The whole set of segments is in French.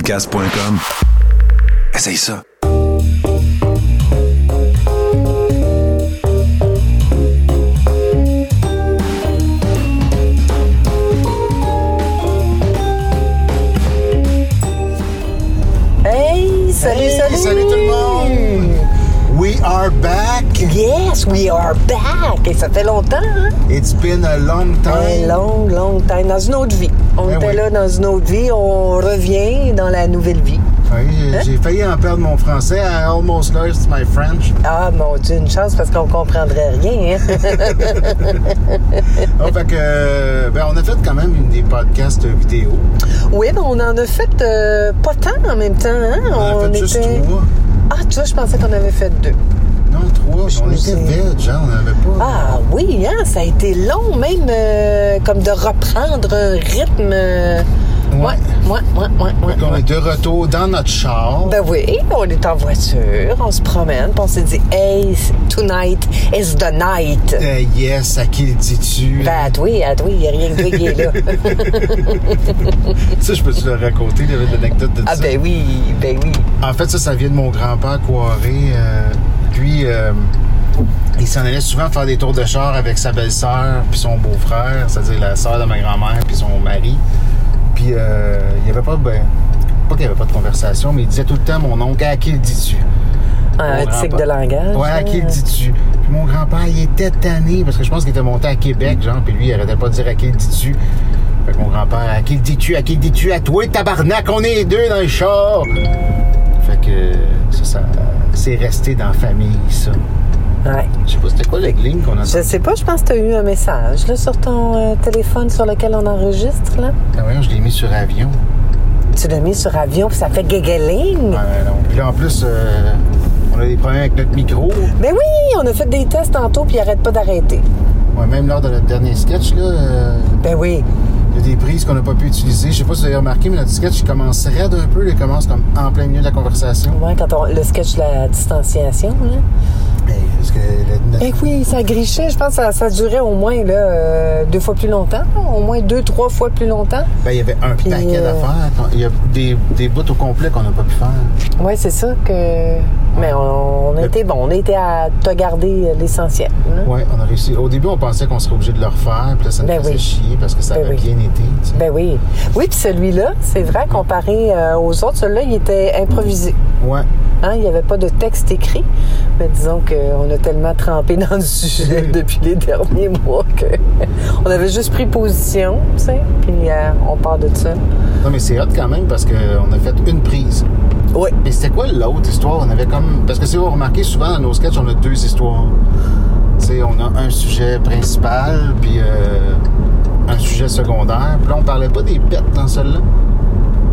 Podcast.com. Essaye ça. Hey, salut, Hey, salut! salut tout le monde! We are back! Yes, we are back! Et ça fait longtemps, hein? It's been a Un long time. long, long time. Dans une autre vie. On Ben était oui. là dans une autre vie, on revient dans la nouvelle vie. Ah, Oui, j'ai- Hein? J'ai failli en perdre mon français. I almost lost my French. Ah, mon Dieu, une chance parce qu'on comprendrait rien, hein? Ah, fait que, euh, ben, on a fait quand même une des podcasts vidéo. oui, mais on en a fait euh, pas tant en même temps, hein? On en a fait juste trois. Ah, tu vois, je pensais qu'on avait fait deux. Non, trois. Je on me était dis- veg, hein, on n'avait pas. Ah oui, hein, ça a été long même euh, comme de reprendre un rythme. euh, Ouais. ouais, ouais, ouais, ouais, Donc, on ouais. est de retour dans notre char. Ben oui, on est en voiture, on se promène, puis on se dit Hey, tonight is the night. Euh, yes, à qui le dis-tu? Ben à toi, à toi, il a rien que toi qui est là. Ça, je peux-tu le raconter, l'anecdote de ah ça? ben oui, ben oui. En fait, ça, ça vient de mon grand-père Coiré. Euh, lui, euh, il s'en allait souvent faire des tours de char avec sa belle-sœur puis son beau-frère, c'est-à-dire la sœur de ma grand-mère puis son mari. Puis euh, il n'y avait pas, ben, pas qu'il n'y avait pas de conversation, mais il disait tout le temps, mon oncle, à qui le dis-tu? Un Mon tic de grand-père. langage. Ouais, à hein. qui le dis-tu? Puis mon grand-père, il était tanné, parce que je pense qu'il était monté à Québec, genre, puis lui, il arrêtait pas de dire à qui le dis-tu. Fait que mon grand-père, à qui le dis-tu? À qui le dis-tu? À toi, tabarnak, on est les deux dans le char! Fait que ça, ça c'est resté dans la famille, ça. Ouais. Je sais pas, c'était quoi la ligne qu'on a Je sais pas, je pense que tu as eu un message là, sur ton euh, téléphone sur lequel on enregistre. là. Ah ouais, je l'ai mis sur avion. Tu l'as mis sur avion, puis ça fait giggling. Ouais, non. Puis là, en plus, euh, on a des problèmes avec notre micro. Ben oui, on a fait des tests tantôt, puis il arrête pas d'arrêter. Ouais, même lors de notre dernier sketch, là, euh, Ben oui. il y a des prises qu'on n'a pas pu utiliser. Je sais pas si vous avez remarqué, mais notre sketch, il commence raide un peu. Il commence comme en plein milieu de la conversation. Ouais, quand on, le sketch de la distanciation, là. Mais Ben, parce que le- notre- Ben oui, ça grichait. Je pense que ça, ça durait au moins là, euh, deux fois plus longtemps, là, au moins deux, trois fois plus longtemps. ben, il y avait un Puis, paquet euh, d'affaires. qu'on- Il y a des, des bouts au complet qu'on n'a pas pu faire. Ouais, c'est ça que. Mais on, on a Le- été bon, on a été à te garder euh, l'essentiel. là. Ouais, on a réussi. Au début, on pensait qu'on serait obligé de le refaire. Puis là, ça nous Ben faisait oui. chier parce que ça Ben avait oui. bien été. tu sais. Ben oui. Oui, puis celui-là, c'est vrai, comparé euh, aux autres, celui-là, il était improvisé. Ouais. Hein, il n'y avait pas de texte écrit, mais disons qu'on a tellement trempé dans le sujet depuis les derniers mois que on avait juste pris position, tu sais, puis euh, on part de ça. Non, mais c'est hot quand même parce qu'on a fait une prise. Oui. Mais c'était quoi l'autre histoire? On avait comme. Parce que si vous remarquez, souvent dans nos sketchs, on a deux histoires. Tu sais, on a un sujet principal, puis euh, un sujet secondaire. Puis là, on parlait pas des pets dans celle-là.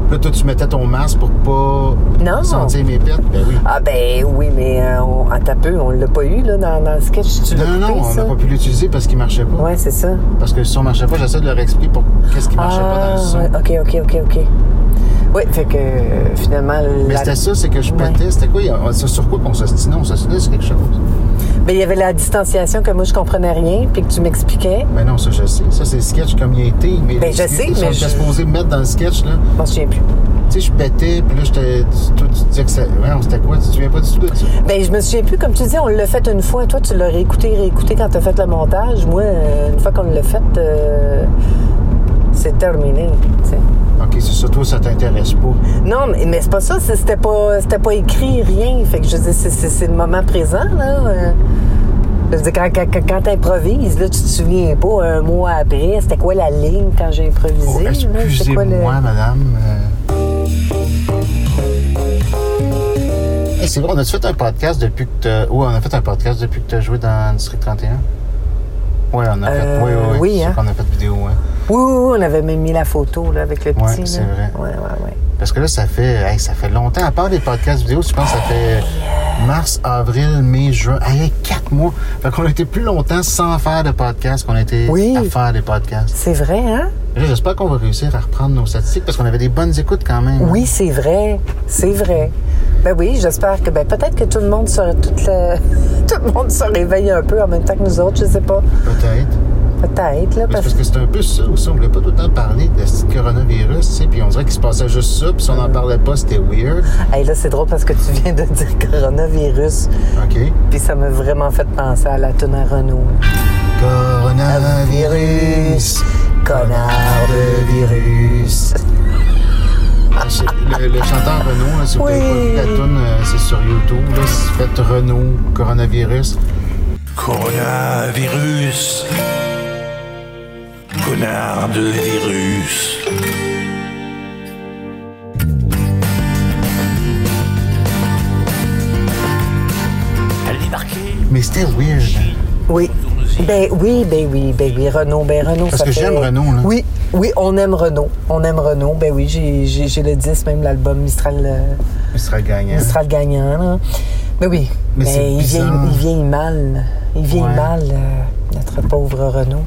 Puis Là, toi, tu mettais ton masque pour pas Non. sentir mes pets. Ben oui. Ah ben oui, mais euh, on, à ta peu, on l'a pas eu là, dans, dans le sketch. Tu l'as Non, non, non, coupé, on ça? n'a pas pu l'utiliser parce qu'il marchait pas. Ouais, c'est ça. Parce que si on marchait pas, j'essaie de leur expliquer pour qu'est-ce qui marchait pas dans le son. Ah, ouais, ok, ok, ok, ok. Oui, fait que euh, finalement... Mais la- c'était ça, c'est que je Ouais. pétais. C'était quoi? Il y a- c'est Sur quoi qu'on s'ostinait? On s'ostinait sur quelque chose. Ben, il y avait la distanciation que moi, je comprenais rien, puis que tu m'expliquais. Ben non, ça je sais. Ça c'est le sketch comme il a été. Mais Ben, les je sketchs sais, qu'on mais était je- supposé mettre dans le sketch, là. Je m'en souviens plus. Tu sais, je pétais, puis là, j'étais. tu- Toi, tu disais que ça. Ouais, on c'était quoi? Tu te souviens pas du tout de ça? Ben, je me souviens plus. Comme tu dis, on l'a fait une fois. Toi, tu l'as réécouté, réécouté quand t'as fait le montage. Moi, euh, une fois qu'on l'a fait, euh, c'est terminé. tu sais. Ok, c'est ça, toi, ça t'intéresse pas. Non, mais, mais c'est pas ça. c'est- C'était pas, c'était pas écrit, rien. Fait que je dis, c'est, c'est- c'est le moment présent, là. euh. Je veux dire, quand, quand, quand- quand t'improvises, là, tu te souviens pas un mois après, c'était quoi la ligne quand j'ai improvisé? Oh, là? C'était Excusez-moi, quoi le- madame. euh. Hey, c'est vrai, on a fait un podcast depuis que t'as. Ouais, on a fait un podcast depuis que t'as joué dans District 31. Ouais, on a Euh, fait. Ouais, ouais, ouais. oui, c'est hein. qu'on a fait de vidéo, ouais. Oui, oui, oui, on avait même mis la photo, là, avec le petit. Ouais, là. c'est vrai. Ouais, ouais, ouais. Parce que là, ça fait, hey, ça fait longtemps. À part les podcasts vidéo, je pense que ça fait mars, avril, mai, juin. Hey, quatre mois. Fait qu'on a été plus longtemps sans faire de podcast qu'on a été Oui. à faire des podcasts. C'est vrai, hein? Là, j'espère qu'on va réussir à reprendre nos statistiques parce qu'on avait des bonnes écoutes quand même. Oui, c'est vrai. C'est vrai. Ben oui, j'espère que ben peut-être que tout le monde se tout le, tout le monde se réveille un peu en même temps que nous autres, je sais pas. Peut-être. Peut-être, là, Mais Ben, c'est parce parce que c'est un peu ça aussi, on voulait pas tout le temps parler de ce coronavirus, tu sais, puis on dirait qu'il se passait juste ça, puis si on n'en parlait pas, c'était weird. Hey, là, c'est drôle parce que tu viens de dire coronavirus, OK. puis ça m'a vraiment fait penser à la tune à Renault. Coronavirus, connard de virus. Le, le chanteur Renault, là, si vous Ah, Oui. n'avez pas vu la toune, euh, c'est sur YouTube. Là, si vous faites Renault, coronavirus, Coronavirus. Connard de virus. mais c'était weird. hein. Oui. Ben oui, ben oui, ben oui, Renault, ben Renault. Parce ça que fait- j'aime Renault, là. Oui, oui, on aime Renault, on aime Renault. Ben oui, j'ai- j'ai j'ai le 10, même l'album Mistral, euh, Il sera gagnant. Mistral gagnant. là. Ben oui, Mais mais c'est il, vieillit, bizarre. il vieillit mal, il vieillit Ouais. mal, euh, notre pauvre Renault.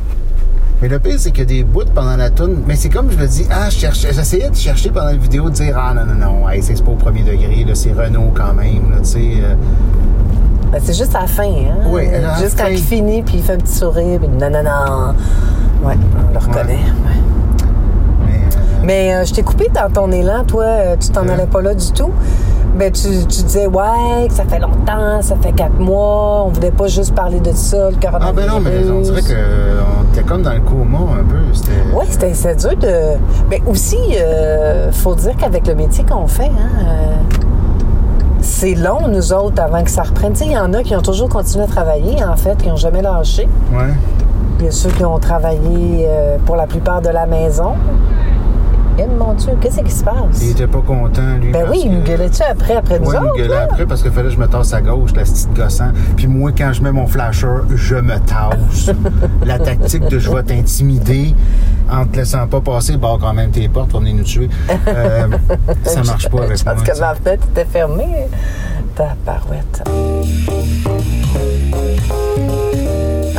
Mais le pire, c'est que des bouts pendant la toune, mais c'est comme je le dis, ah, je cherchais- j'essayais de chercher pendant la vidéo, de dire, ah non, non, non, hey, c'est c'est pas au premier degré, là, c'est Renault quand même, là, tu sais. euh, Ben, c'est juste à la fin, hein? Oui, à la Juste quand fin. il finit, puis il fait un petit sourire, puis non, non, non. Ouais, on le reconnaît. ouais. mais, euh, Mais euh, je t'ai coupé dans ton élan, toi, euh, tu t'en Hein? allais pas là du tout. Ben, tu, tu disais, ouais, que ça fait longtemps, ça fait quatre mois, on voulait pas juste parler de ça, le coronavirus. Ah ben non, mais on dirait que euh, on était comme dans le coma un peu. C'était. Oui, c'était c'était dur de. Mais aussi, euh, faut dire qu'avec le métier qu'on fait, hein, euh, c'est long, nous autres, avant que ça reprenne. Tu sais, il y en a qui ont toujours continué à travailler, en fait, qui n'ont jamais lâché. Ouais. Il y a ceux qui ont travaillé euh, pour la plupart de la maison. Eh mon Dieu, qu'est-ce qui se passe? Il était pas content, lui. Ben parce oui, il que- nous gueulait-tu après, après nous Ouais, il me autres? gueulait là? après parce qu'il fallait que je me tasse à gauche, la petite gossant. Puis moi, quand je mets mon flasher, je me tasse. la tactique de je vais t'intimider en te laissant pas passer, bah quand même tes portes, on venir nous tuer. Euh, ça marche pas avec Je moi. pense que ça. ma fenêtre était fermée. Ta parouette. Non,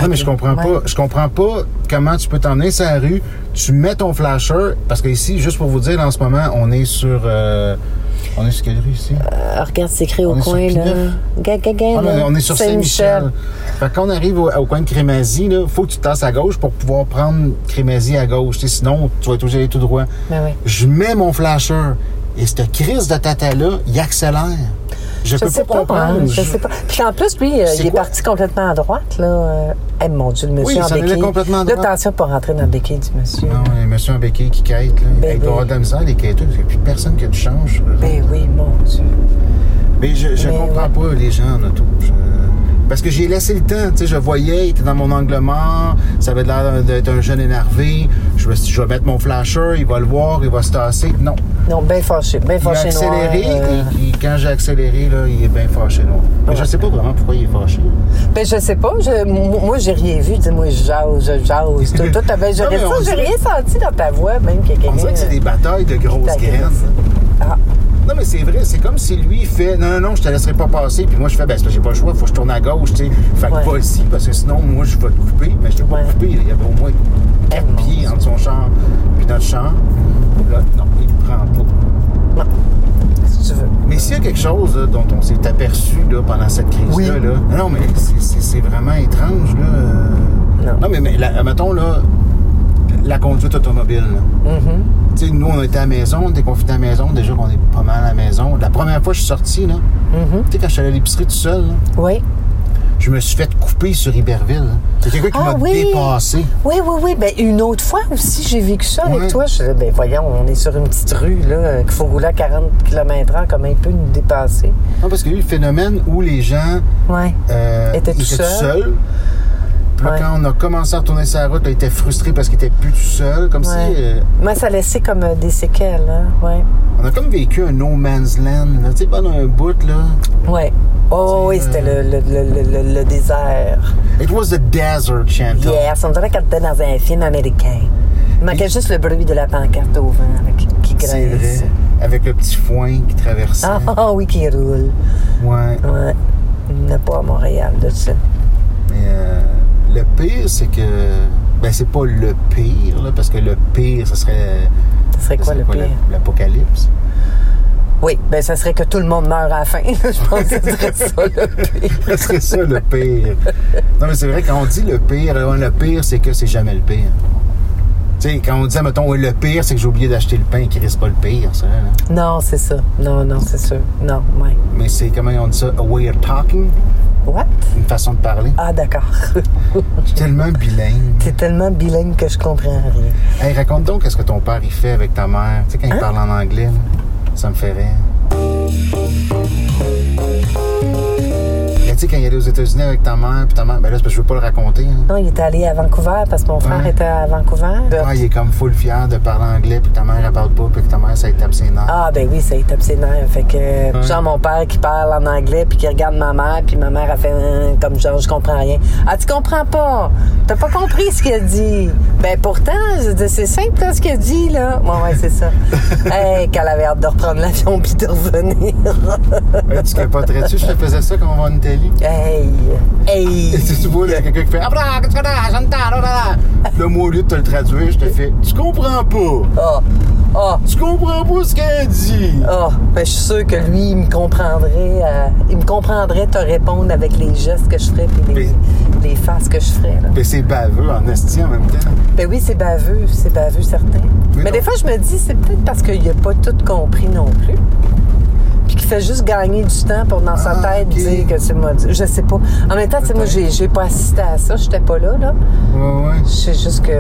Ah, mais je comprends Ouais. pas. Je comprends pas comment tu peux t'emmener sur la rue, tu mets ton flasher, parce que ici, juste pour vous dire, en ce moment, on est sur. euh, on est sur quelle rue ici? Alors, Euh, regarde, c'est écrit au On est sur coin, là. Pineuf. Ga, ga, ga, Ah, là. on est sur Saint-Michel. Fait que quand on arrive au, au coin de Crémazie, il faut que tu te tasses à gauche pour pouvoir prendre Crémazie à gauche. Tu sais, sinon, tu vas être obligé d'aller tout droit. Ben oui. Je mets mon flasher et cette crise de tata-là, il accélère. Je, Je peux sais pas, pas, comprendre. hein, je sais pas. Puis en plus, lui, euh, C'est il est quoi? parti complètement à droite, là. Euh, Eh mon Dieu, le monsieur il en s'en allait béquille. complètement à Là, droite. attention pour rentrer dans le béquille du monsieur. Non, il y a monsieur en béquille qui quête. Là. Ben il doit oui. avoir de la misère, les quêteux. Il n'y a plus personne que tu changes. Ben oui, mon Dieu. Mais je, je Mais comprends pas les gens en auto. Je- Parce que j'ai laissé le temps, tu sais, je voyais, il était dans mon angle mort, ça avait l'air d'être un jeune énervé, je me suis dit, je vais mettre mon flasher, il va le voir, il va se tasser. Non, Non, ben fâché, ben il a fâché noir. accéléré, euh, et, et quand j'ai accéléré, là, il est bien fâché, non. Mais je Ouais. sais pas vraiment pourquoi il est fâché. Ben, je sais pas. Je, moi, moi, j'ai rien vu. Dis-moi, je jase, je jase. Toi, toi, t'avais- j'aurais Non, mais ça, on j'ai dirait- rien senti dans ta voix, même que quelqu'un. On dirait que c'est des batailles de grosses Ta gueule. graines. Ah. Non, mais c'est vrai, c'est comme si lui fait non, non, non, je te laisserai pas passer, puis moi je fais ben, c'est parce que j'ai pas le choix, faut que je tourne à gauche, tu sais. Fait que Ouais. pas ici, parce que sinon, moi je vais te couper, mais je te pas Ouais. couper, il y avait au moins quatre Eh, mon pieds Dieu. entre son char puis notre char. Là, non, il me prend pas. euh, si tu veux. Mais s'il y a quelque chose là, dont on s'est aperçu là, pendant cette crise-là, Oui. là, Ah non, mais c'est- c'est c'est vraiment étrange, là. euh, Non. mais, mais la- mettons, là, la conduite automobile, là. Mhm. Tu sais, nous, on était à la maison, dès qu'on finit à la maison, déjà qu'on est pas mal à la maison. La première fois que je suis sorti, là, Mhm. tu sais, quand je suis allé à l'épicerie tout seul, là, Oui. je me suis fait couper sur Iberville. C'est quelqu'un qui Ah m'a oui. dépassé. Oui, oui, oui. Ben, une autre fois aussi, j'ai vécu ça Ouais. avec toi. Je disais, ben, voyons, on est sur une petite rue, là, euh, qu'il faut rouler à 40 km/h, comme un peu nous dépasser. Non, parce qu'il y a eu le phénomène où les gens Ouais. euh, Étaient tout étaient tout seuls. seuls. Puis là, Ouais. quand on a commencé à retourner sur la route, là, ils étaient frustrés parce qu'ils étaient plus tout seuls. Comme Ouais. si. euh, Moi, ça laissait comme euh, des séquelles, hein. Ouais. on a comme vécu un no man's land. là. Tu sais, pendant un bout, là. Ouais. Oh, oui, c'était le, le, le, le, le- le désert. It was the desert, Chantal. Yes, on dirait qu'elle était dans un film américain. Il manquait juste le bruit de la pancarte au vent là, qui, qui C'est grince. vrai. Avec le petit foin qui traversait. Ah ah, ah, oui, qui roule. Ouais. Ouais. Il n'y en a pas à Montréal de ça. Mais euh, le pire, c'est que. Ben, c'est pas le pire, là, parce que le pire, ce serait. Ce serait ce quoi serait le quoi, pire? L'apocalypse. Oui, ben ça serait que tout le monde meurt à la fin. Je pense que ce serait ça le pire. C'est ça le pire. Non, mais c'est vrai, quand on dit le pire, alors, le pire, c'est que c'est jamais le pire. Tu sais, quand on dit, mettons, ouais, le pire, c'est que j'ai oublié d'acheter le pain, qui risque pas le pire, ça. là. Non, c'est ça. Non, non, c'est sûr. Non, ouais. Mais c'est, comment on dit ça, a way of talking, What? une façon de parler. Ah, d'accord. Je suis tellement bilingue. T'es tellement bilingue que je comprends rien. Hey, raconte donc qu'est-ce que ton père, il fait avec ta mère. Tu sais, quand il parle en anglais, là, ça me fait rire. Mais tu sais, quand il allait aux États-Unis avec ta mère, puis ta mère, ben là, c'est parce que je veux pas le raconter, hein. Non, il était allé à Vancouver parce que mon frère Ouais. était à Vancouver. Ah, il est comme full fier de parler anglais, puis que ta mère, elle parle pas, puis que ta mère, ça est abstinente. Ah ben oui, ça est obsédant. Fait que euh, genre mon père qui parle en anglais puis qui regarde ma mère puis ma mère a fait Hein, comme genre je comprends rien. Ah tu comprends pas. T'as pas compris ce qu'il a dit. Ben pourtant, je veux dire, c'est simple là, ce qu'il a dit là. Ouais ouais, c'est ça. hey, qu'elle avait hâte de reprendre l'avion puis de revenir. Hey, tu capoterais-tu, je te faisais ça quand on va en Italie? hey. Hey. Et tu tu vois, là, quelqu'un qui fait Ah, brah, qu'est-ce que t'as? J'entends, là, là, là. Là, moi, au lieu de te le traduire, je te fais Tu comprends pas. Ah. Ah. Tu comprends pas ce qu'elle dit. Ah, ben, je suis sûre que lui, il me comprendrait. euh, il me comprendrait te répondre avec les gestes que je ferais puis les, Ben- les faces que je ferais. Là. Mais c'est baveux en esti en même temps. Ben oui, c'est baveux, c'est baveux certain. Mais, Mais non. des fois, je me dis, c'est peut-être parce qu'il n'a pas tout compris non plus. Puis qu'il fait juste gagner du temps pour, dans sa Ah, tête, ok. dire que c'est moi. Je sais pas. En même temps, tu sais, moi, Peut-être. j'ai j'ai pas assisté à ça. J'étais pas là, là. Ouais, ouais. Je sais juste que.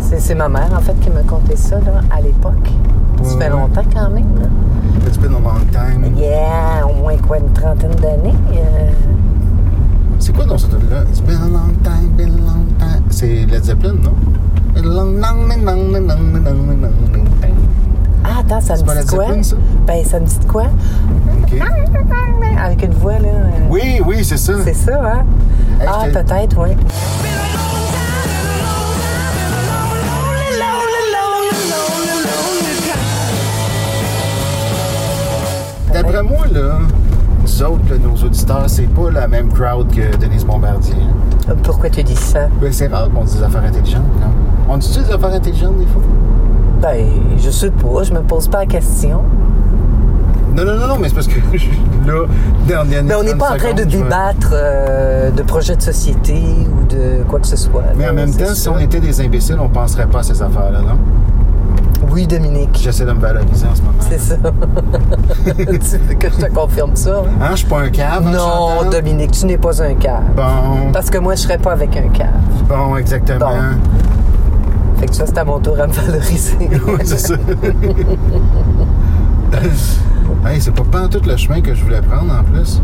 C'est c'est ma mère, en fait, qui me contait ça, là, à l'époque. Ouais, Ça fait ouais. longtemps, quand même, là. It's been a long time. Yeah, au moins quoi, une trentaine d'années. euh. C'est quoi dans ce truc-là? It's been a long time, been a long time. C'est Led Zeppelin, non? Been a long, long, long, long, long, long, long, long, long, long time. Ah, attends, ça me C'est pas dit Led quoi? Zeppelin, ça? Ben, ça me dit de quoi? OK. Avec une voix, là. euh, Oui, oui, c'est ça. C'est ça, hein? Hey, ah, je te- peut-être, oui. D'après moi, là, nous autres, là, nos auditeurs, c'est pas la même crowd que Denise Bombardier. hein. Euh, Pourquoi tu dis ça? Ben, c'est rare qu'on dise des affaires intelligentes, non? On dit-tu des affaires intelligentes, des fois? Ben, je sais pas, je me pose pas la question. Non, non, non, non, mais c'est parce que là, dernière Mais Ben, on n'est pas en train de débattre euh, de projets de société ou de quoi que ce soit. Mais en là, même c'est temps, si sûr. on était des imbéciles, on penserait pas à ces affaires-là, non? Oui, Dominique. J'essaie de me valoriser en ce moment. C'est ça. tu veux que je te confirme ça? hein? Hein, je suis pas un cave, hein, Non, Chantal? Dominique, tu n'es pas un cave. Bon, Parce que moi, je serais pas avec un cave. bon, exactement. Fait que ça, c'est à mon tour à me valoriser. Ouais, c'est ça. hey, c'est pas pendant tout le chemin que je voulais prendre, en plus.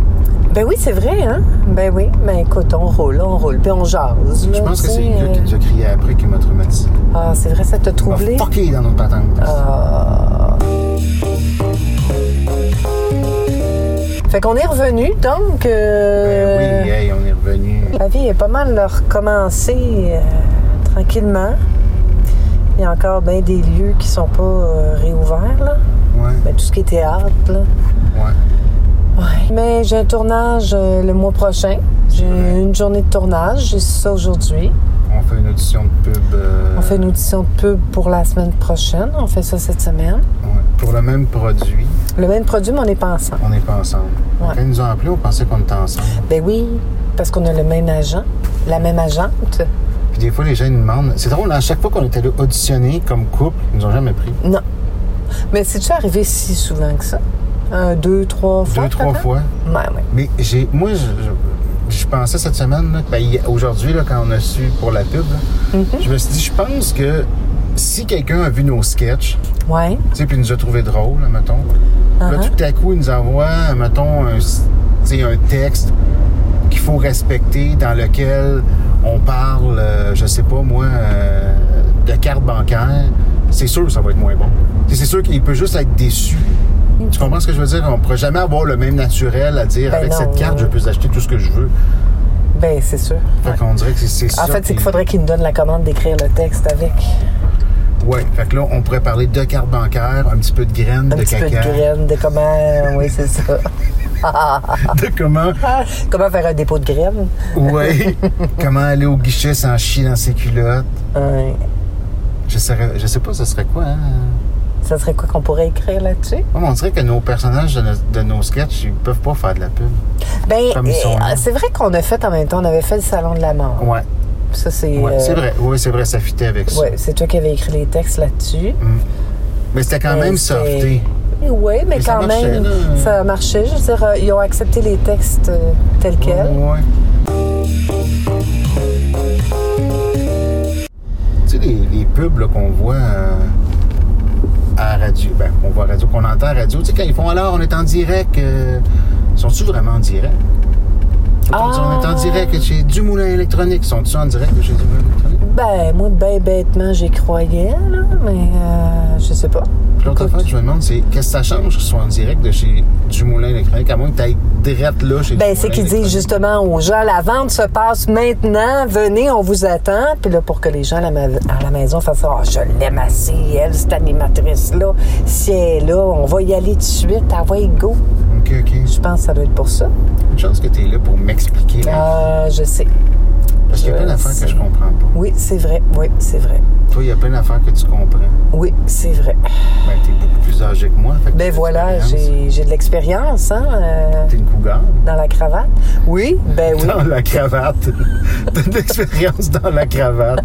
ben oui, c'est vrai, hein? Ben oui. Ben écoute, on roule, on roule, puis on jase. Je pense que c'est le gars qui nous a crié après qui m'a traumatisé. Ah, c'est vrai, ça t'a m'a troublé? fucké dans notre patente. Ah. Fait qu'on est revenu, donc. euh, Ben oui, hey, on est revenu. La vie est pas mal recommencée euh, tranquillement. Il y a encore bien des lieux qui sont pas euh, réouverts, là. Ouais, Ben, tout ce qui est théâtre, là. ouais. Ouais. Mais j'ai un tournage euh, le mois prochain. J'ai vrai. une journée de tournage. J'ai ça aujourd'hui. On fait une audition de pub. euh, On fait une audition de pub pour la semaine prochaine. On fait ça cette semaine. ouais, pour le même produit. Le même produit, mais on n'est pas ensemble. On n'est pas ensemble. Ouais. Quand ils nous ont appelés, on pensait qu'on était ensemble. Ben oui, parce qu'on a le même agent, la même agente. Puis des fois, les gens nous demandent. C'est drôle, hein, à chaque fois qu'on était là auditionné comme couple, ils nous ont jamais pris. Non. Mais c'est déjà arrivé si souvent que ça. Un, deux, trois fois. Deux, trois peut-être? fois. Ouais, ouais. Mais j'ai, moi, je, je- je pensais cette semaine, là, ben, hi- aujourd'hui, là, quand on a su pour la pub, là, Mhm. je me suis dit, je pense que si quelqu'un a vu nos sketchs, Ouais. tu sais, puis il nous a trouvé drôles, là, mettons, là, Uh-huh. tout à coup, il nous envoie, mettons, un, s- tu sais, un texte qu'il faut respecter, dans lequel on parle, euh, je sais pas moi, euh, de carte bancaire, c'est sûr que ça va être moins bon. Tu sais, C'est sûr qu'il peut juste être déçu. Tu comprends ce que je veux dire? On ne pourra jamais avoir le même naturel à dire Mm. Ben avec non, cette carte, ouais. je peux acheter tout ce que je veux. Ben, c'est sûr. Fait Ouais. qu'on dirait que c'est- c'est En ça fait, c'est qui- qu'il faudrait qu'il me donne la commande d'écrire le texte avec. Ouais, fait que là, on pourrait parler de carte bancaire, un petit peu de graines, Un de petit caca, peu de graines, de comment. oui, c'est ça. de comment, Comment faire un dépôt de graines? ouais, comment aller au guichet sans chier dans ses culottes. Ouais. Je, saurais- je sais pas, ce serait quoi, hein? Ça serait quoi qu'on pourrait écrire là-dessus? Ouais, mais on dirait que nos personnages de, nos- de nos sketchs, ils peuvent pas faire de la pub. Ben, Comme ils sont euh, là. c'est vrai qu'on a fait en même temps, on avait fait le Salon de la mort. Ouais, Ça, c'est. ouais, euh, c'est vrai. Oui, c'est vrai, ça fitait avec ça. Ouais, c'est toi qui avais écrit les textes là-dessus. Mais c'était quand Mais même c'est- softé. Oui, mais Mais ça quand marchait, même, là. ça a marché. Je veux dire, euh, ils ont accepté les textes euh, tels quels. Ouais. Tu sais, les, les pubs là, qu'on voit euh, à radio, ben, qu'on voit à radio, qu'on entend à radio, tu sais, quand ils font alors, on est en direct, euh, sont-ils vraiment en direct? Quand on dit Ah! on est en direct chez Dumoulin Électronique, sont-ils en direct de chez Dumoulin Électronique? Ben, moi, ben bêtement, j'y croyais, là, mais euh, je sais pas. Puis L'autre Écoute. affaire que je me demande, c'est qu'est-ce que ça change qu'ils soient en direct de chez Dumoulin Électronique, à moins que tu ailles direct là chez Ben, Dumoulin c'est qu'ils disent Électronique. justement aux gens, la vente se passe maintenant, venez, on vous attend. Puis là, pour que les gens à la, ma- à la maison fassent ça, Ah, je l'aime assez, elle, cette animatrice-là. Si elle est là, on va y aller tout de suite, ah ouais, go. Ok, ok. Je pense que ça doit être pour ça. Une chance que tu es là pour m'expliquer. là. Euh, je sais. Parce qu'il y a plein je d'affaires sais. que je comprends pas. Oui, c'est vrai. Oui, c'est vrai. Toi, il y a plein d'affaires que tu comprends. Ben, Oui, c'est vrai. t'es beaucoup plus âgé que moi. fait que Ben t'as voilà, l'expérience. j'ai j'ai de l'expérience, hein, euh, T'es une cougar. dans la cravate. Oui, ben oui. Dans la cravate. T'as de l'expérience dans la cravate.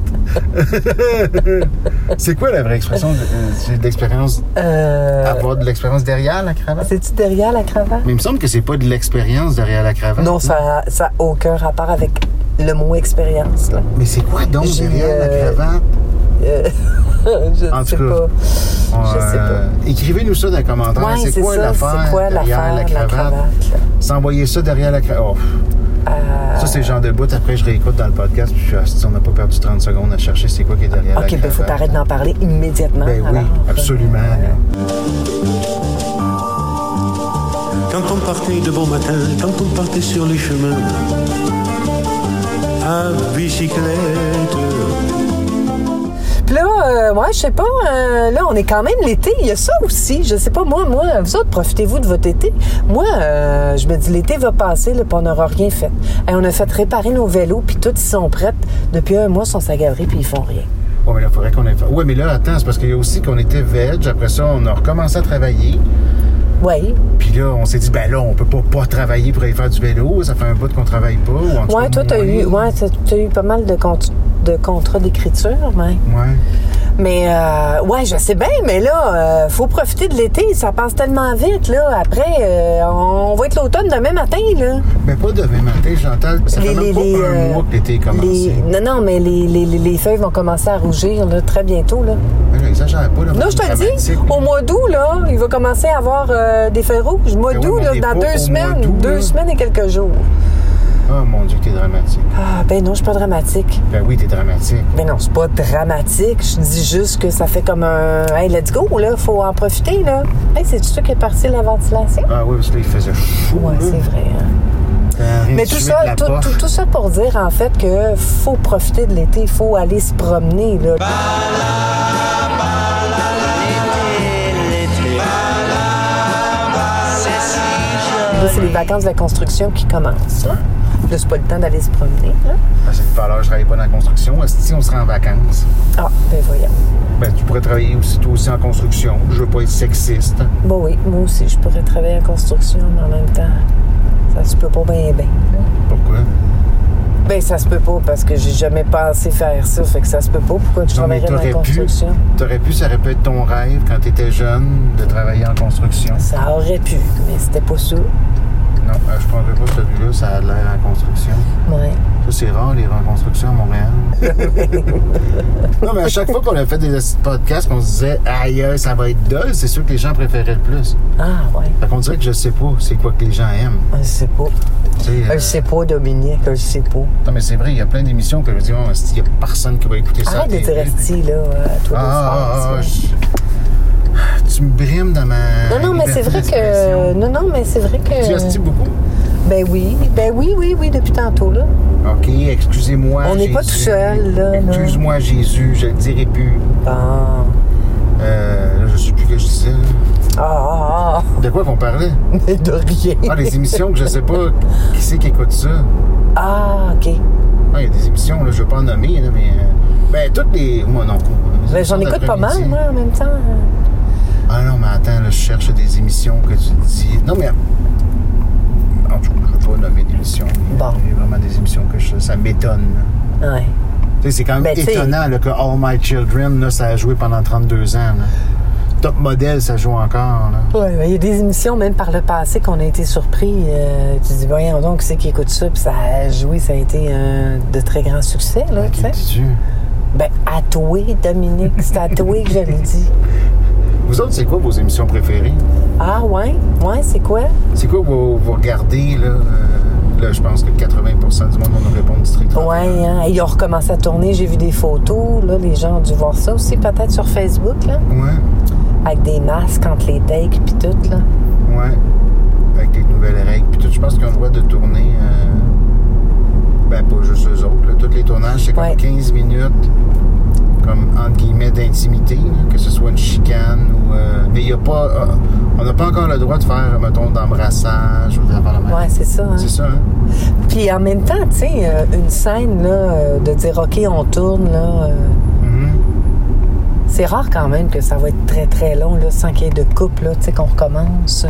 c'est quoi la vraie expression? de- euh, J'ai de l'expérience. Euh, Avoir de l'expérience derrière la cravate? C'est-tu derrière la cravate? Mais il me semble que c'est pas de l'expérience derrière la cravate. Non, ça n'a aucun rapport avec le mot expérience, là. Mais c'est quoi donc J'ai, derrière euh, la cravate? Euh, je En ne sais tout cas, pas. je sais Euh, Écrivez-nous ça dans les commentaires. Ouais, c'est c'est quoi ça. l'affaire C'est quoi derrière l'affaire la de la cravate? cravate, là? S'envoyer ça derrière la cravate. Oh. Ça, c'est le genre de bout. Après, je réécoute dans le podcast. Puis je suis assis, on n'a pas perdu 30 secondes à chercher c'est quoi qui est derrière la OK, cravate. ben faut t'arrêter Ah, d'en parler immédiatement. Ben oui, alors. absolument. là. quand on partait de bon matin, quand on partait sur les chemins, à bicyclette. Puis là, euh, ouais, je sais pas, euh, là, on est quand même l'été. Il y a ça aussi. Je sais pas, moi, moi, vous autres, profitez-vous de votre été. Moi, euh, je me dis, l'été va passer, là, puis on n'aura rien fait. Hey, on a fait réparer nos vélos, puis toutes, ils sont prêtes. Depuis un mois, ils sont à galerie, puis ils font rien. Ouais, mais là, faudrait qu'on ait fait- Ouais, mais là, attends, c'est parce qu'il y a aussi qu'on était veg. Après ça, on a recommencé à travailler. Oui. Puis là, on s'est dit, ben là, on peut pas pas travailler pour aller faire du vélo. Ça fait un bout qu'on travaille pas. Ou en tout Ouais, cas, toi, t'as moins. eu, ouais, t'as- t'as eu pas mal de, cont- de contrats d'écriture, mais. Ouais. Mais euh, ouais, je sais bien, mais là, euh, faut profiter de l'été. Ça passe tellement vite, là. Après, euh, on va être l'automne demain matin, là. Mais pas demain matin, Chantal. Ça fait même pas un euh, mois que l'été est commencé. les- non, non, mais les, les- les- les feuilles vont commencer à rougir là, très bientôt. Là. Ben là, exagère pas, là. Non, faut je être te le dis, dramatique. au mois d'août, là, il va commencer à avoir euh, des feuilles rouges. Mois Ben oui, d'août, mais là, on est pas dans au mois deux semaines, d'août, deux là. semaines et quelques jours. Oh mon Dieu, que t'es dramatique. Ah, ben non, je suis pas dramatique. Ben oui, t'es dramatique. Ben non, c'est pas dramatique. Je dis juste que ça fait comme un. Hey, let's go, là, faut en profiter, là. Hey, c'est-tu ça qui est parti la ventilation? Ah oui, parce que là, il faisait chaud. Ouais, là. c'est vrai. hein. T'as rien Mais de tout suite, ça, la tout, poche. tout- tout ça pour dire en fait que faut profiter de l'été, il faut aller se promener. Là. Là, c'est les vacances de la construction qui commencent. Là, Là, c'est pas le temps d'aller se promener. là. Ben, c'est pas l'heure, je travaille pas dans la construction. Si on sera en vacances, Ah, ben voyons. ben tu pourrais travailler aussi, toi aussi en construction. Je veux pas être sexiste. Bon Bah oui, moi aussi, je pourrais travailler en construction, mais en même temps, ça se peut pas bien, bien. Pourquoi? Ben, ça se peut pas parce que j'ai jamais pensé faire ça. Fait que ça se peut pas. Pourquoi tu Non, mais travaillerais dans la t'aurais pu, construction? t'aurais pu, ça aurait pu être ton rêve quand t'étais jeune de travailler en construction. Ça aurait pu, mais c'était pas ça. Non, euh, je prendrais pas celui-là, ça a de l'air en construction. Ouais. Ça, c'est rare, les reconstructions à Montréal. non, mais à chaque fois qu'on a fait des petits podcasts, qu'on se disait, aïe, aïe, ça va être dole, c'est sûr que les gens préféraient le plus. Ah, ouais. Fait qu'on dirait que je sais pas c'est quoi que les gens aiment. Je sais pas. Tu sais, euh, Je sais pas, Dominique. Je sais pas. Non, mais c'est vrai, il y a plein d'émissions que je me dis, oh, il y a personne qui va écouter ça. à Arrête de la te télé. rester, là, à toi Ah, ah, ah, de je- Ah, Tu me brimes dans ma. Non, non, mais c'est liberté vrai que. euh, d'expression. Non, non, mais c'est vrai Tu hosties que. beaucoup? Ben oui, ben oui, oui, oui, depuis tantôt, là. OK, excusez-moi. On n'est pas Jésus. tout seul, là, là. Excuse-moi, Jésus, je le dirai plus. Bon. Euh, là, je sais plus que je disais. là. Ah, ah, ah, De quoi qu'on parlait? mais de Ah, rien. des émissions que je sais pas qui c'est qui écoute ça. Ah, OK. Ah, il y a des émissions, là, je veux pas en nommer, là, mais. euh, ben, toutes les. Moi, non. Ben, j'en écoute pas mal, Après-midi. hein. moi, en même temps. Ah non, mais attends, là, je cherche des émissions que tu dis. Non, mais. En tout cas, je ne pas nommer d'émissions. Bon. Il y a vraiment des émissions que je. Ça m'étonne. Ouais. Tu sais, c'est quand même Ben, tu sais- étonnant là, que All My Children, là, ça a joué pendant 32 ans. là. Top Model, ça joue encore. Là. Ouais, ben, il y a des émissions, même par le passé, qu'on a été surpris. Euh, tu dis, voyons donc, qui c'est qui écoute ça? Puis ça a joué, ça a été un de très grands succès, là, tu sais. dis-tu? Ben, à toi, Dominique. C'est à toi que je le dis. Vous autres, c'est quoi vos émissions préférées? Ah, ouais? Ouais, c'est quoi? C'est quoi vous, vous regardez, là? euh, là, je pense que 80 du monde va nous répondre District 31. Ouais, hein. Ils ont recommencé à tourner. J'ai vu des photos, là. Les gens ont dû voir ça aussi, peut-être sur Facebook, là. Ouais, Avec des masques entre les takes, puis tout, là. ouais. Avec les nouvelles règles. Puis tout, je pense qu'on a le droit de tourner... euh, ben, pas juste eux autres, là. Tous les tournages, c'est comme Ouais. 15 minutes, comme, entre guillemets, d'intimité, là, que ce soit une chicane ou... euh, mais il n'y a pas... euh, on n'a pas encore le droit de faire, mettons, d'embrassage ou d'affaires de même. Ouais, c'est ça, hein. C'est ça, hein? Puis en même temps, tu sais, euh, une scène, là, euh, de dire, OK, on tourne, là... euh, Mhm. C'est rare quand même que ça va être très très long là, sans qu'il y ait de coupe, là, tu sais, qu'on recommence. euh,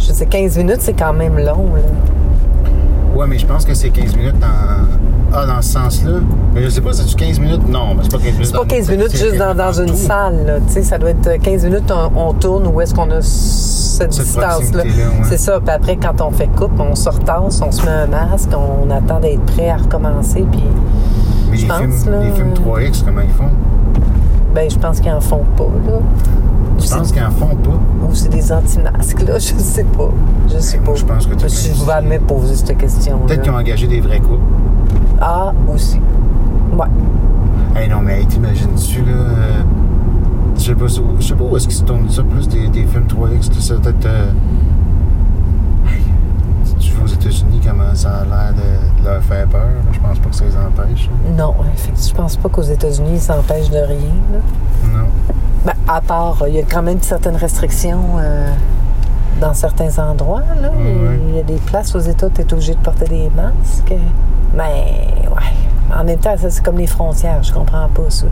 je sais, 15 minutes, c'est quand même long. Là. Ouais, mais je pense que c'est 15 minutes dans. Ah, dans ce sens-là. Mais je sais pas, c'est-tu 15 minutes? Non, mais c'est pas 15 minutes. C'est pas 15 minutes juste dans, dans une salle, là, tu sais, ça doit être euh, 15 minutes, on, on tourne où est-ce qu'on a s- cette, Cette distance-là. proximité-là, ouais. C'est ça, puis après, quand on fait coupe, on se retasse, on se met un masque, on attend d'être prêt à recommencer, puis Mais les, je pense, films, là, les films euh, 3X, comment ils font? ben je pense qu'ils en font pas, là. Je sais- pense qu'ils en font pas. Ou c'est des anti-masques, là, je sais pas. Je sais Ben, moi, pas. je pense que t'as Je me suis plein d'idées. jamais posé cette question-là. Peut-être qu'ils ont engagé des vrais couples. Ah, aussi. Ouais. Hey, non, mais hey, t'imagines-tu, là. euh, Je sais pas, où- je sais pas où est-ce qu'ils se tournent ça plus des, des films 3X. là, C'est peut-être. euh, hey, si tu vas aux États-Unis, comment ça a l'air de, de leur faire peur? là, Je pense pas que ça les empêche. là. Non, effectivement, je pense pas qu'aux États-Unis, ils s'empêchent de rien. là. Non. Ben, à part, il y a quand même certaines restrictions euh, dans certains endroits. Là. Ouais. Il y a des places aux États où tu es obligé de porter des masques. Mais, ouais. En même temps, ça, c'est comme les frontières. Je comprends pas ça.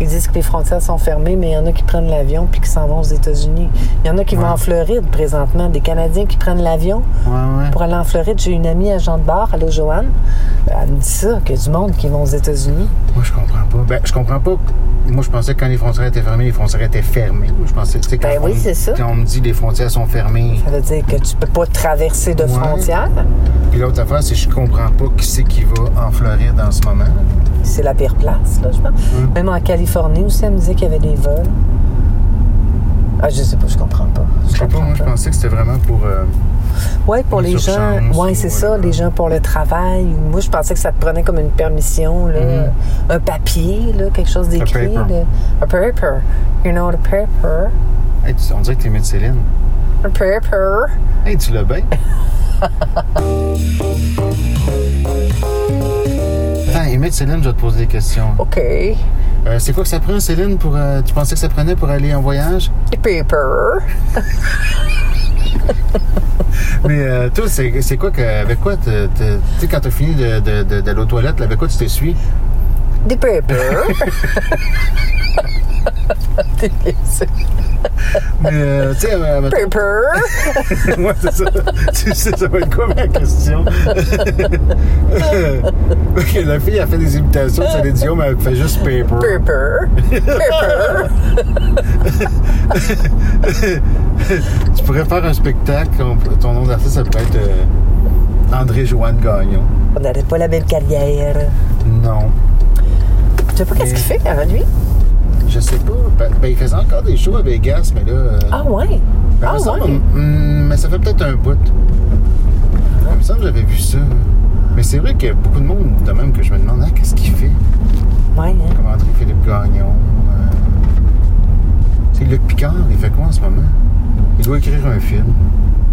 Ils disent que les frontières sont fermées, mais il y en a qui prennent l'avion puis qui s'en vont aux États-Unis. Il y en a qui Ouais. vont en Floride présentement, des Canadiens qui prennent l'avion Ouais, ouais. Pour aller en Floride, j'ai une amie agent de bar, allô Joanne. Ben, Elle me dit ça, qu'il y a du monde qui vont aux États-Unis. Moi, je comprends pas. Ben, je comprends pas. que- Moi, je pensais que quand les frontières étaient fermées, les frontières étaient fermées. Moi, je pensais, tu sais, quand, Ben on, oui, c'est ça. quand on me dit les frontières sont fermées. Ça veut dire que tu peux pas traverser de Ouais. frontières. Puis l'autre affaire, c'est que je comprends pas qui c'est qui va en Floride en ce moment. C'est la pire place, là, je pense. Même en Californie aussi, elle me disait qu'il y avait des vols. Ah, je sais pas, je comprends pas. Je sais pas, moi, je pensais que c'était vraiment pour. euh, Oui, pour Les les gens. urgences Oui, ou c'est ça, whatever. les gens pour le travail. Moi, je pensais que ça te prenait comme une permission, là, un papier, là, quelque chose d'écrit. Mm-hmm. paper. là. A paper. You know, a paper. hey, tu- on dirait que t'es de Céline. A paper. Hey, tu l'as bien. Attends, Emmett Céline, je vais te poser des questions. OK. Euh, c'est quoi que ça prend, Céline, pour. euh, tu pensais que ça prenait pour aller en voyage? A paper. Mais euh, toi, c'est c'est quoi que. Avec quoi, t'es- t'es- tu sais, quand t'as fini de, de, de- d'aller aux toilettes, là, avec quoi tu t'essuies? Des papers. Des Mais, euh, tu sais, euh, mettons- papers. ouais, c'est ça. tu sais, ça va être quoi ma question? Ok, la fille, elle fait des imitations de Céline Dion, mais elle fait juste paper. Paper. Paper. Tu pourrais faire un spectacle, on- ton nom d'artiste, ça pourrait être euh, André-Joanne Gagnon. On n'avait pas la même carrière. Non. Tu sais pas qu'est-ce qu'il fait avant lui? Je sais pas. Ben, ben, il faisait encore des shows à Vegas, mais là. euh, Ah ouais. Ben, Ah me semble, ouais. hum, mais ça fait peut-être un bout. Ah. Il me semble que j'avais vu ça. Mais c'est vrai qu'il y a beaucoup de monde de même que je me demande ah, qu'est-ce qu'il fait Ouais, hein. Comme André-Philippe Gagnon. euh, C'est Luc Picard, il fait quoi en ce moment Il doit écrire un film.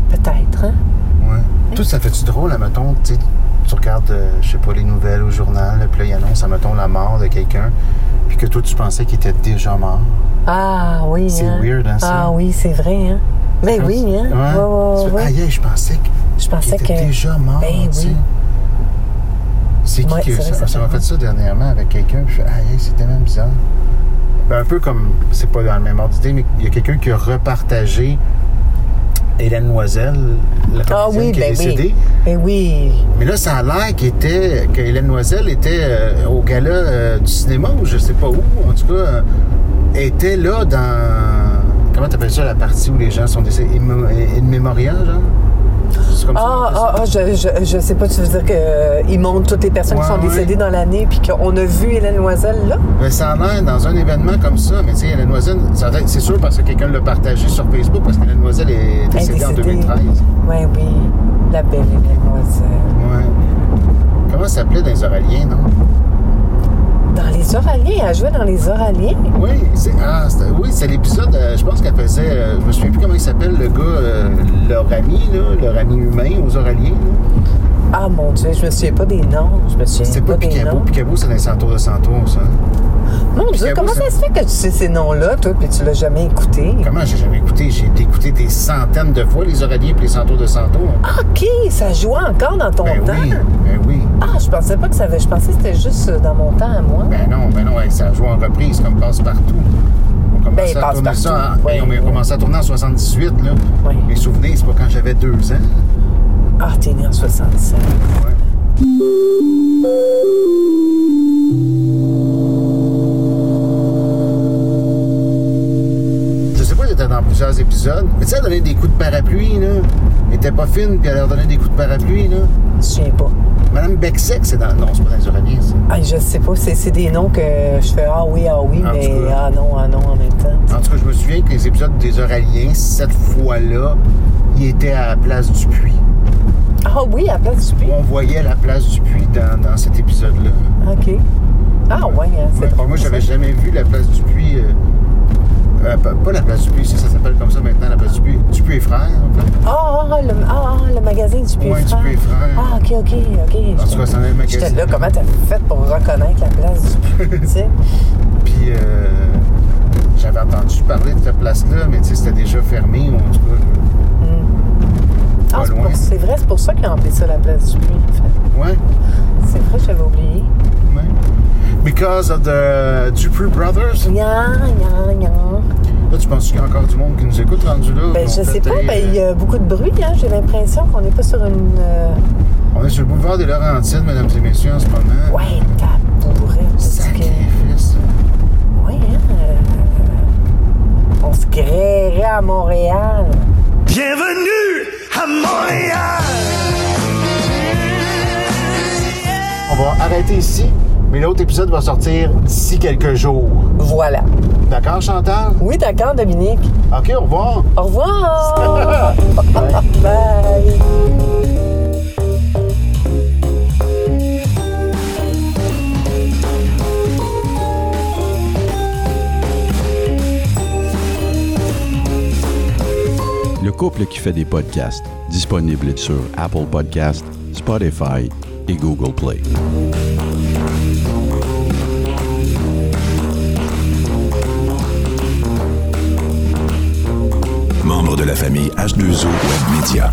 Peut-être, hein? Ouais. Tout ça fait-tu drôle, admettons, tu sais, tu regardes, euh, je sais pas, les nouvelles au journal, là, puis là, ils annoncent, admettons, la mort de quelqu'un, puis que toi, tu pensais qu'il était déjà mort. Ah oui, C'est hein? weird, hein, ça? Ah oui, c'est vrai, hein? Ben oui, hein? Ouais, Ouais. Tu ouais, fais, ouais. Aïe, aïe, je pensais que. Je Il pensais était que... déjà mort. Ben tu sais. oui. C'est qui Ouais, qui c'est vrai que ça ça ça m'a fait fait ça dernièrement avec quelqu'un. puis je fais, aïe, aïe, c'était même bizarre. ben, un peu comme, c'est pas dans le même ordre d'idée, mais il y a quelqu'un qui a repartagé Hélène Noiselle, la Ah comédienne oui, qui est ben décédée. oui. Ben oui. Mais là, ça a l'air qu'il était, que Hélène Noiselle était euh, au gala euh, du cinéma ou je sais pas où, en tout cas, euh, était là dans. Comment t'appelles ça la partie où les gens sont décédés? In, in memoria, genre? C'est comme ça qu'on Ah, appelle ça. ah, ah, je, je, je sais pas, tu veux dire qu'ils montrent toutes les personnes qui Ouais, sont ouais. décédées dans l'année, puis qu'on a vu Hélène Loisel là? Ben, ça a l'air dans un événement comme ça, mais tu sais, Hélène Noiselle, ça doit être- c'est sûr parce que quelqu'un l'a partagé sur Facebook parce qu'Hélène Noiselle est Elle est décédée en décédée. 2013. Ouais, oui. La belle Hélène Loisel. Ouais. Comment ça s'appelait dans les Oraliens, non? Dans les Oraliens, elle jouait dans les Oraliens. Oui, c'est ah, c'est- oui, c'est l'épisode, euh, je pense qu'elle faisait, euh, je me souviens plus comment il s'appelle, le gars, euh, leur ami, là, leur ami humain aux oraliens. là. Ah mon Dieu, je me souviens pas des noms. Je me souviens C'est pas des Picabo, noms. Picabo c'est dans les Santos de Santos, ça. Mon Dieu, Picabo, comment c'est- ça se fait que tu sais ces noms-là, toi, puis tu l'as jamais écouté? Comment j'ai jamais écouté? J'ai écouté des centaines de fois les oraliens et les Santos de Santos. OK, ça jouait encore dans ton Ben temps? oui, ben oui. Ah, je pensais pas que ça avait. Je pensais que c'était juste euh, dans mon temps à moi. Ben non, ben non, hey, ça joue en reprise comme passe-partout. On commençait à tourner Ben, Passe-Partout, ça, en- ouais, hey, on a ouais. commencé à tourner en 78, là. Ouais. Mes souvenirs, c'est pas quand j'avais deux ans. Ah, t'es né en 67. Ouais. Je sais pas, elle était dans plusieurs épisodes. Mais tu sais, elle donnait des coups de parapluie, là. Elle était pas fine, puis elle leur donnait des coups de parapluie, là. Je sais pas. Madame Becksec, c'est dans. Non, c'est pas dans les Uraniens, ça. Ah, je sais pas. C'est c'est des noms que je fais ah oui, ah oui, En mais tout cas. ah non, ah non en même temps. En tout cas, je me souviens que les épisodes des Oraliens, cette fois-là, ils étaient à la place du puits. Ah oui, à place du Où puits. on voyait la place du puits dans, dans cet épisode-là. OK. Ah ouais, hein, c'est Ouais, drôle, moi, j'avais ça. jamais vu la place du puits. euh, euh, pas pas la place du puits, ça, ça s'appelle comme ça maintenant, la place du puits. Du puits et frères, en fait. Ah, ah, le, ah, ah, le magazine du puits Ouais, du Ah, frère. Puy et Frères. Ah, OK, OK, OK. En tout cas, c'est un même J'étais magazine. là, comment t'as fait pour reconnaître la place du puits, tu sais? Ah, Puis euh, j'avais entendu parler de cette place-là, mais tu sais, c'était déjà fermé, ou en tout cas. je- Ah, Pas c'est loin. pour- c'est vrai, c'est pour ça qu'ils ont appelé ça la place du puits, en fait. Ouais, C'est vrai, j'avais oublié. ouais. Because of the Dupree Brothers. Nya, nya, nya. Là, tu penses qu'il y a encore du monde qui nous écoute rendu là? Ben, Bon, je sais peut-être, pas, ben, il y euh, a beaucoup de bruit, hein. J'ai l'impression qu'on n'est pas sur une. euh, On est sur le boulevard des Laurentides, mesdames et messieurs, en ce moment. Ouais, tabourette. parce que- Sacrifice. Ouais, hein. euh, On se créerait à Montréal. Bienvenue à Montréal On va arrêter ici, mais l'autre épisode va sortir d'ici quelques jours. Voilà. D'accord, Chantal? Oui, d'accord, Dominique. OK, au revoir. Au revoir. Bye. Le couple qui fait des podcasts, disponible sur Apple Podcasts, Spotify et Google Play. Membre de la famille H2O Web Media.